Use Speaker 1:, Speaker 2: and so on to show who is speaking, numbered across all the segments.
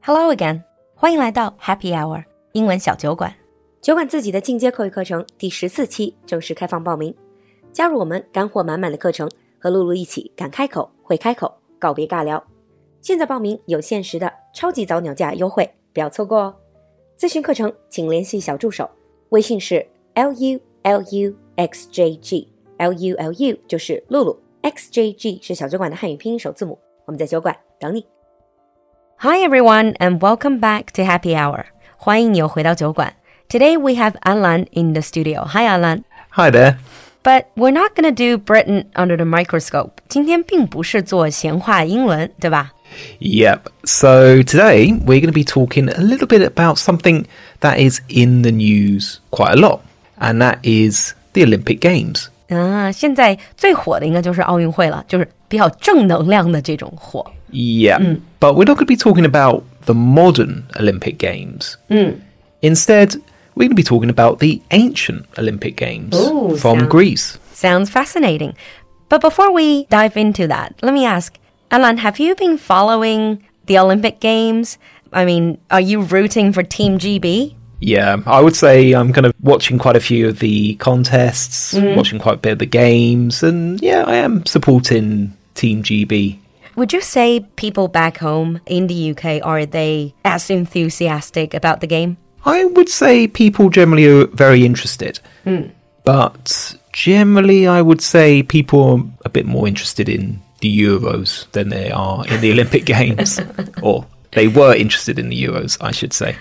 Speaker 1: Hello again，欢迎来到 Happy Hour 英文小酒馆。
Speaker 2: 酒馆自己的进阶口语课程第十四期正式开放报名，加入我们干货满满的课程，和露露一起敢开口、会开口，告别尬聊。现在报名有限时的超级早鸟价优惠，不要错过哦！咨询课程请联系小助手，微信是 l u l u x j g l u l u 就是露露，x j g 是小酒馆的汉语拼音首字母。我们在酒馆等你。
Speaker 1: Hi everyone and welcome back to Happy Hour，欢迎你又回到酒馆。Today we have Alan in the studio. Hi Alan.
Speaker 3: Hi there.
Speaker 1: But we're not gonna do Britain under the microscope. 今天并不是做闲话英文，对吧？
Speaker 3: Yep. So today we're going to be talking a little bit about something that is in the news quite a lot, and that is the Olympic Games.
Speaker 1: 啊，现在最火的应该就是奥运会了，就是比较正能量的这种火。
Speaker 3: Yeah.
Speaker 1: Mm.
Speaker 3: But we're not going to be talking about the modern Olympic Games.
Speaker 1: Mm.
Speaker 3: Instead, we're going to be talking about the ancient Olympic Games
Speaker 1: Ooh,
Speaker 3: from
Speaker 1: sounds-
Speaker 3: Greece.
Speaker 1: Sounds fascinating. But before we dive into that, let me ask Alan, have you been following the Olympic Games? I mean, are you rooting for Team GB?
Speaker 3: Yeah, I would say I'm kind of watching quite a few of the contests,
Speaker 1: Mm.
Speaker 3: watching quite a bit of the games, and yeah, I am supporting Team GB.
Speaker 1: Would you say people back home in the UK are they as enthusiastic about the game?
Speaker 3: I would say people generally are very interested, but generally, I would say people are a bit more interested in the Euros than they are in the Olympic Games, or they were interested in the Euros, I should say.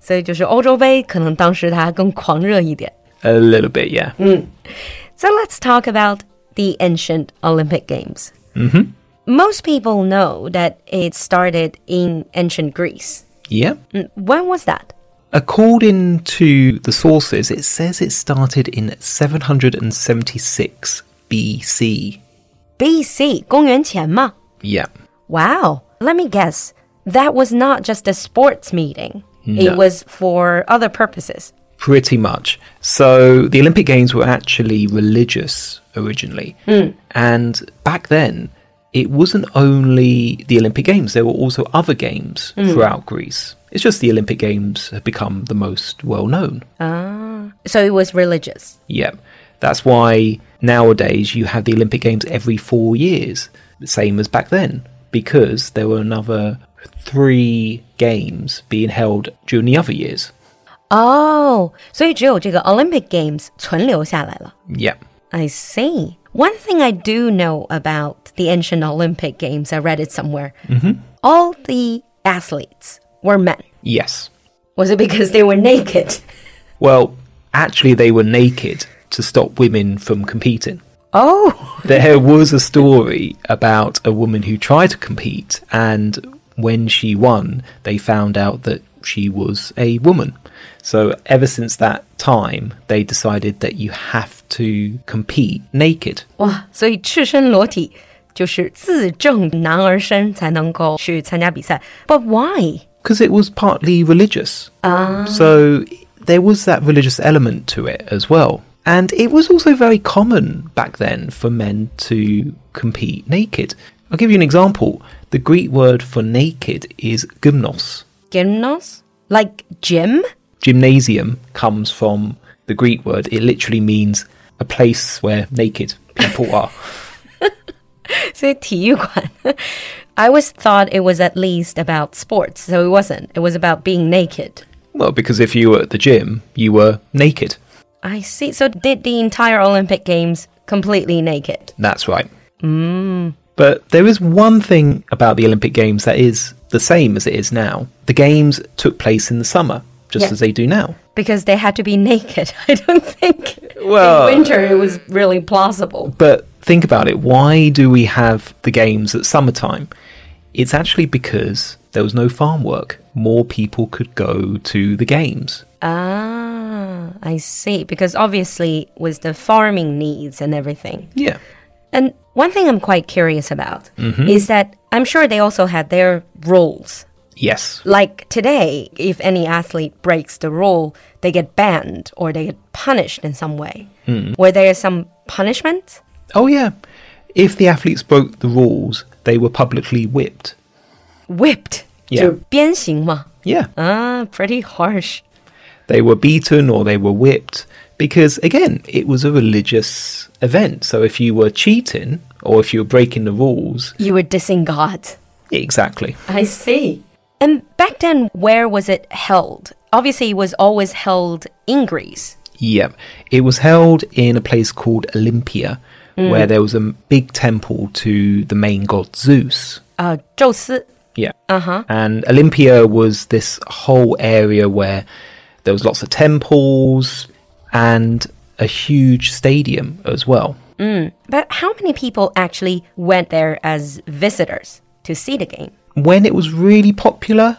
Speaker 1: 所以就是欧洲杯可能当时它更狂热一点。
Speaker 3: A little bit, yeah.
Speaker 1: So let's talk about the ancient Olympic Games. Mm-hmm. Most people know that it started in ancient Greece.
Speaker 3: Yeah.
Speaker 1: When was that?
Speaker 3: According to the sources, it says it started in 776 BC.
Speaker 1: BC 公元前嘛。
Speaker 3: Yeah.
Speaker 1: Wow. Let me guess. That was not just a sports meeting. It
Speaker 3: No.
Speaker 1: was for other purposes.
Speaker 3: Pretty much. So the Olympic Games were actually religious originally. And back then, it wasn't only the Olympic Games, there were also other games throughout Greece. It's just the Olympic Games have become the most well known.
Speaker 1: So it was religious.
Speaker 3: Yeah. That's why nowadays you have the Olympic Games every four years, the same as back then, because there were another three games being held during the other years.
Speaker 1: Oh, 所以只有这个 Olympic Games 存留下来了。
Speaker 3: Yeah.
Speaker 1: I see. One thing I do know about the ancient Olympic Games, I read it somewhere. All the athletes were men.
Speaker 3: Yes.
Speaker 1: Was it because they were naked?
Speaker 3: Well, actually, they were naked to stop women from competing.
Speaker 1: Oh,
Speaker 3: There was a story about a woman who tried to compete, and when she won, they found out that she was a woman. So, ever since that time, they decided that you have to compete naked.
Speaker 1: 哇！所以赤身裸体就是自证男儿身才能够去参加比赛。But why?
Speaker 3: Because it was partly religious. So, there was that religious element to it as well. And it was also very common back then for men to compete naked. I'll give you an example. The Greek word for naked is gymnos.
Speaker 1: Gymnos? Like gym?
Speaker 3: gymnasium comes from the Greek word. It literally means a place where naked people are.
Speaker 1: 所以体育馆 I always thought it was at least about sports, so it wasn't. It was about being naked.
Speaker 3: Well, because if you were at the gym, you were naked.
Speaker 1: I see. So did the entire Olympic Games completely naked?
Speaker 3: That's right. Mm. But there is one thing about the Olympic Games that is the same as it is now. The Games took place in the summer, just
Speaker 1: Yeah.
Speaker 3: as they do now.
Speaker 1: Because they had to be naked. I don't think
Speaker 3: Well-
Speaker 1: in winter it was really plausible.
Speaker 3: But think about it. Why do we have the games at summertime? It's actually because there was no farm work. More people could go to the games.
Speaker 1: Ah, I see. Because obviously it was the farming needs and everything.
Speaker 3: Yeah.
Speaker 1: And one thing I'm quite curious about is that I'm sure they also had their rules.
Speaker 3: Yes.
Speaker 1: Like today, if any athlete breaks the rule, they get banned or they get punished in some way. Were there some punishment?
Speaker 3: Oh, yeah. If the athletes broke the rules, they were publicly whipped.
Speaker 1: Whipped.
Speaker 3: Yeah.
Speaker 1: 就鞭刑嘛。
Speaker 3: Yeah.
Speaker 1: Ah, pretty harsh.
Speaker 3: They were beaten or they were whipped because, again, it was a religious event. So if you were cheating or if you were breaking the rules,
Speaker 1: You were dissing God.
Speaker 3: exactly.
Speaker 1: I see. And back then, where was it held? Obviously, it was always held in Greece.
Speaker 3: Yep. It was held in a place called Olympia, where there was a m- big temple to the main god Zeus.
Speaker 1: Uh, 宙斯.
Speaker 3: Yeah.
Speaker 1: Uh-huh.
Speaker 3: And Olympia was this whole area where there was lots of temples and a huge stadium as well.
Speaker 1: But how many people actually went there as visitors to see the game?
Speaker 3: When it was really popular,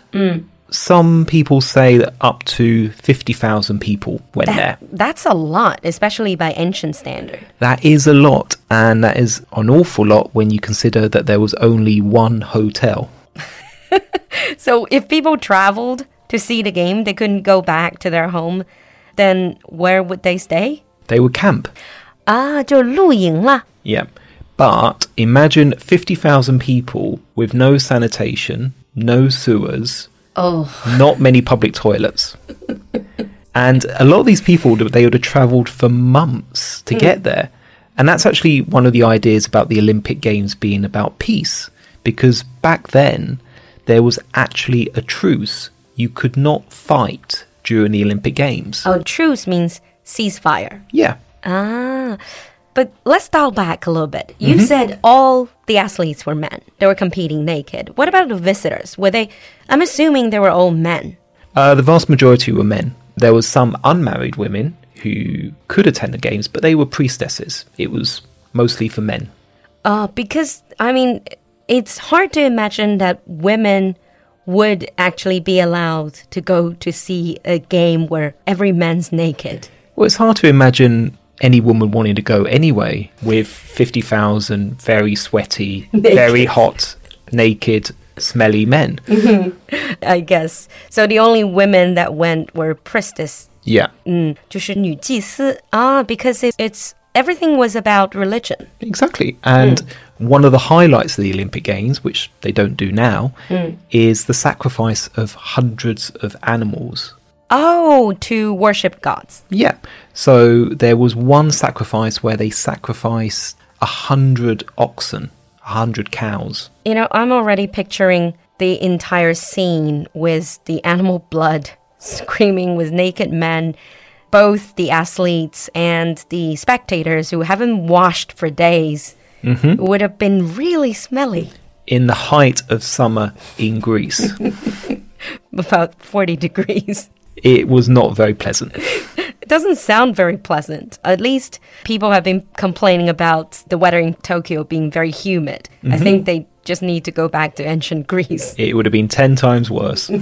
Speaker 3: some people say that up to 50,000 people went there.
Speaker 1: That, that's a lot, especially by ancient standard.
Speaker 3: That is a lot, and that is an awful lot when you consider that there was only one hotel.
Speaker 1: So if people traveled to see the game, they couldn't go back to their home, then where would they stay?
Speaker 3: They would camp.
Speaker 1: Ah, 就露营了.
Speaker 3: Yeah. But imagine 50,000 people with no sanitation, no sewers,
Speaker 1: Oh.
Speaker 3: not many public toilets. and a lot of these people, they would have travelled for months to get there. And that's actually one of the ideas about the Olympic Games being about peace, because back then there was actually a truce. You could not fight during the Olympic Games.
Speaker 1: Oh, truce means ceasefire.
Speaker 3: Yeah.
Speaker 1: Ah. Mm-hmm. But let's dial back a little bit. You said all the athletes were men. They were competing naked. What about the visitors? Were they I'm assuming they were all men.
Speaker 3: Uh, the vast majority were men. There was some unmarried women who could attend the games, but they were priestesses. It was mostly for men.
Speaker 1: Uh, because I mean, it's hard to imagine that women would actually be allowed to go to see a game where every man's naked.
Speaker 3: Well, it's hard to imagine any woman wanting to go anyway with 50,000 very sweaty, very hot, naked, smelly men.
Speaker 1: I guess so. The only women that went were priestess.
Speaker 3: Yeah,
Speaker 1: 嗯，就是女祭司 ah, because it, it's everything was about religion.
Speaker 3: exactly. And one of the highlights of the Olympic Games, which they don't do now, is the sacrifice of hundreds of animals.
Speaker 1: Oh, to worship gods.
Speaker 3: Yeah. So there was one sacrifice where they sacrificed a hundred oxen, a hundred cows.
Speaker 1: You know, I'm already picturing the entire scene with the animal blood screaming with naked men, both the athletes and the spectators who haven't washed for days. Would have been really smelly,
Speaker 3: In the height of summer in Greece,
Speaker 1: about 40 degrees.
Speaker 3: it was not very pleasant.
Speaker 1: It doesn't sound very pleasant. At least people have been complaining about the weather in Tokyo being very humid. I think they just need to go back to ancient Greece.
Speaker 3: It would have been 10 times worse.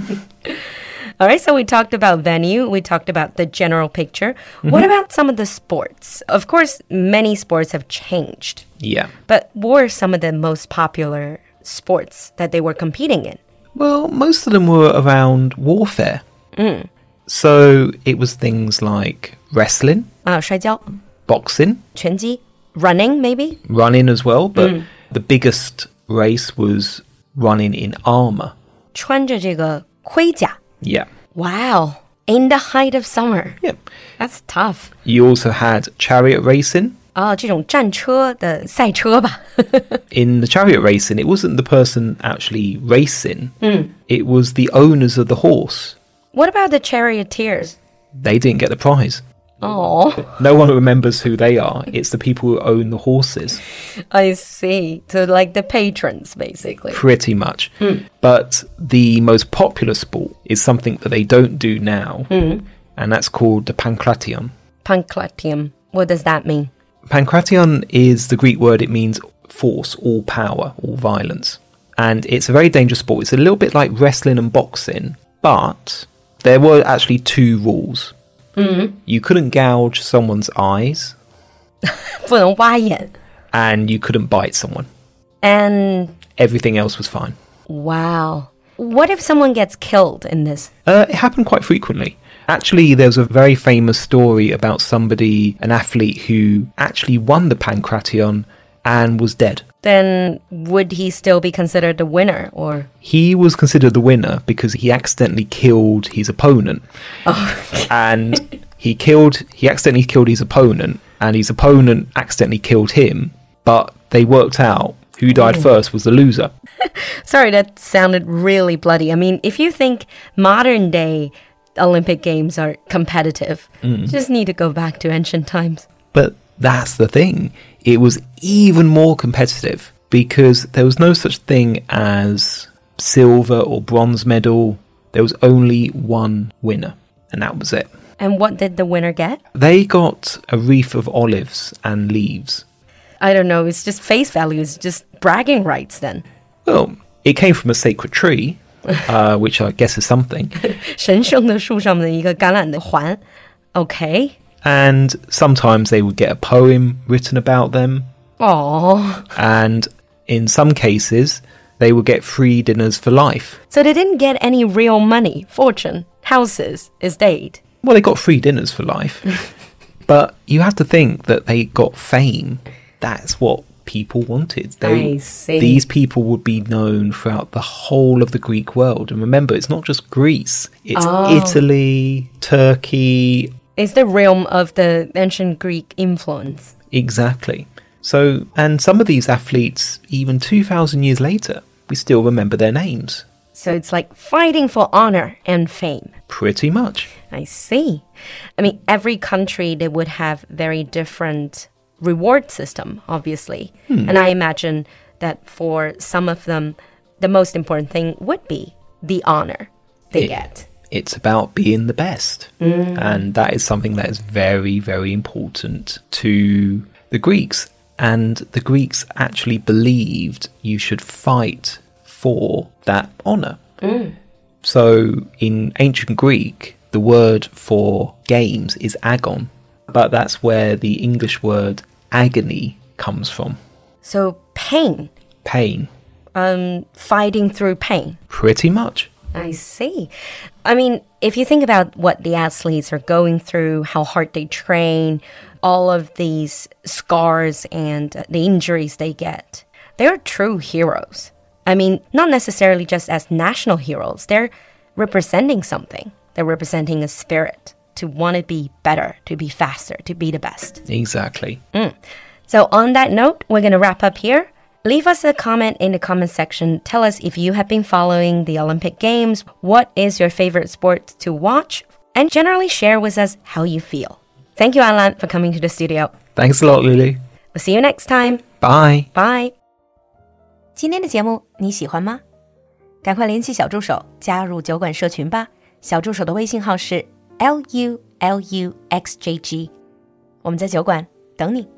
Speaker 1: All right, so we talked about venue, we talked about the general picture. What about some of the sports? Of course, many sports have changed,
Speaker 3: yeah.
Speaker 1: but what were some of the most popular sports that they were competing in?
Speaker 3: Well, most of them were around warfare. So it was things like wrestling,
Speaker 1: Uh, 摔跤,
Speaker 3: boxing,
Speaker 1: 拳击, running, maybe?
Speaker 3: running as well, but the biggest race was running in armor.
Speaker 1: 穿着这个盔甲.
Speaker 3: Yeah.
Speaker 1: Wow, in the height of summer.
Speaker 3: Yeah.
Speaker 1: That's tough.
Speaker 3: You also had chariot racing.
Speaker 1: 哦，这种战车的赛车吧。
Speaker 3: In the chariot racing, it wasn't the person actually racing, it was the owners of the horse.
Speaker 1: what about the charioteers?
Speaker 3: They didn't get the prize.
Speaker 1: Oh,
Speaker 3: No one remembers who they are. It's the people who own the horses.
Speaker 1: I see. So like the patrons, basically.
Speaker 3: pretty much. But the most popular sport is something that they don't do now, and that's called the pancration.
Speaker 1: Pancratium. What does that mean?
Speaker 3: Pancration is the Greek word, it means force, all power, all violence. And it's a very dangerous sport. It's a little bit like wrestling and boxing, but there were actually two rules. You couldn't gouge someone's eyes,
Speaker 1: 不能挖眼.
Speaker 3: and you couldn't bite someone.
Speaker 1: And
Speaker 3: Everything else was fine.
Speaker 1: wow. What if someone gets killed in this?
Speaker 3: Uh, it happened quite frequently. Actually, there's a very famous story about somebody, an athlete, who actually won the Pancration and was dead.
Speaker 1: then would he still be considered the winner or
Speaker 3: He was considered the winner because he accidentally killed his opponent. and he killed he accidentally killed his opponent and his opponent accidentally killed him, but they worked out who died first was the loser.
Speaker 1: Sorry, that sounded really bloody. I mean, if you think modern day Olympic Games are competitive, just need to go back to ancient times.
Speaker 3: But that's the thing. It was even more competitive because there was no such thing as silver or bronze medal. There was only one winner, and that was it.
Speaker 1: And what did the winner get?
Speaker 3: They got a wreath of olives and leaves.
Speaker 1: I don't know. It's just face value. It's just bragging rights then.
Speaker 3: Well, it came from a sacred tree, uh, which I guess is something.
Speaker 1: 神圣的树上的一个橄榄的环。Okay.
Speaker 3: And sometimes they would get a poem written about them,
Speaker 1: Oh.
Speaker 3: and in some cases, they would get free dinners for life.
Speaker 1: So they didn't get any real money, fortune, houses, estate.
Speaker 3: Well, they got free dinners for
Speaker 1: Mm.
Speaker 3: life. but you have to think that they got fame. That's what people wanted. They,
Speaker 1: I see.
Speaker 3: These people would be known throughout the whole of the Greek world. And remember, it's not just Greece, it's
Speaker 1: Oh.
Speaker 3: Italy, Turkey.
Speaker 1: It's the realm of the ancient Greek influence.
Speaker 3: Exactly. So, and some of these athletes, even 2,000 years later, we still remember their names.
Speaker 1: So it's like fighting for honor and fame.
Speaker 3: Pretty much.
Speaker 1: I see. I mean, every country they would have very different reward system, obviously. And I imagine that for some of them, the most important thing would be the honor they
Speaker 3: It-
Speaker 1: get. Mm.
Speaker 3: It's about being the best. And that is something that is very, very important to the Greeks. And the Greeks actually believed you should fight for that honor.
Speaker 1: Mm.
Speaker 3: So in ancient Greek, the word for games is agon, but that's where the English word agony comes from.
Speaker 1: So pain,
Speaker 3: Pain,
Speaker 1: um, fighting through pain.
Speaker 3: pretty much.
Speaker 1: I see. I mean, if you think about what the athletes are going through, how hard they train, all of these scars and uh, the injuries they get, they're true heroes. I mean, not necessarily just as national heroes, they're representing something. They're representing a spirit to want to be better, to be faster, to be the best.
Speaker 3: Exactly.
Speaker 1: So, on that note, we're going to wrap up here. Leave us a comment in the comment section. Tell us if you have been following the Olympic Games, what is your favorite sport to watch, and generally share with us how you feel. Thank you, Alan, for coming to the studio.
Speaker 3: Thanks a lot, Lulu.
Speaker 1: We'll see you next time.
Speaker 3: Bye.
Speaker 1: Bye.
Speaker 2: 今天的节目你喜欢吗？赶快联系小助手加入酒馆社群吧。小助手的微信号是 l u l u x j g，我们在酒馆等你。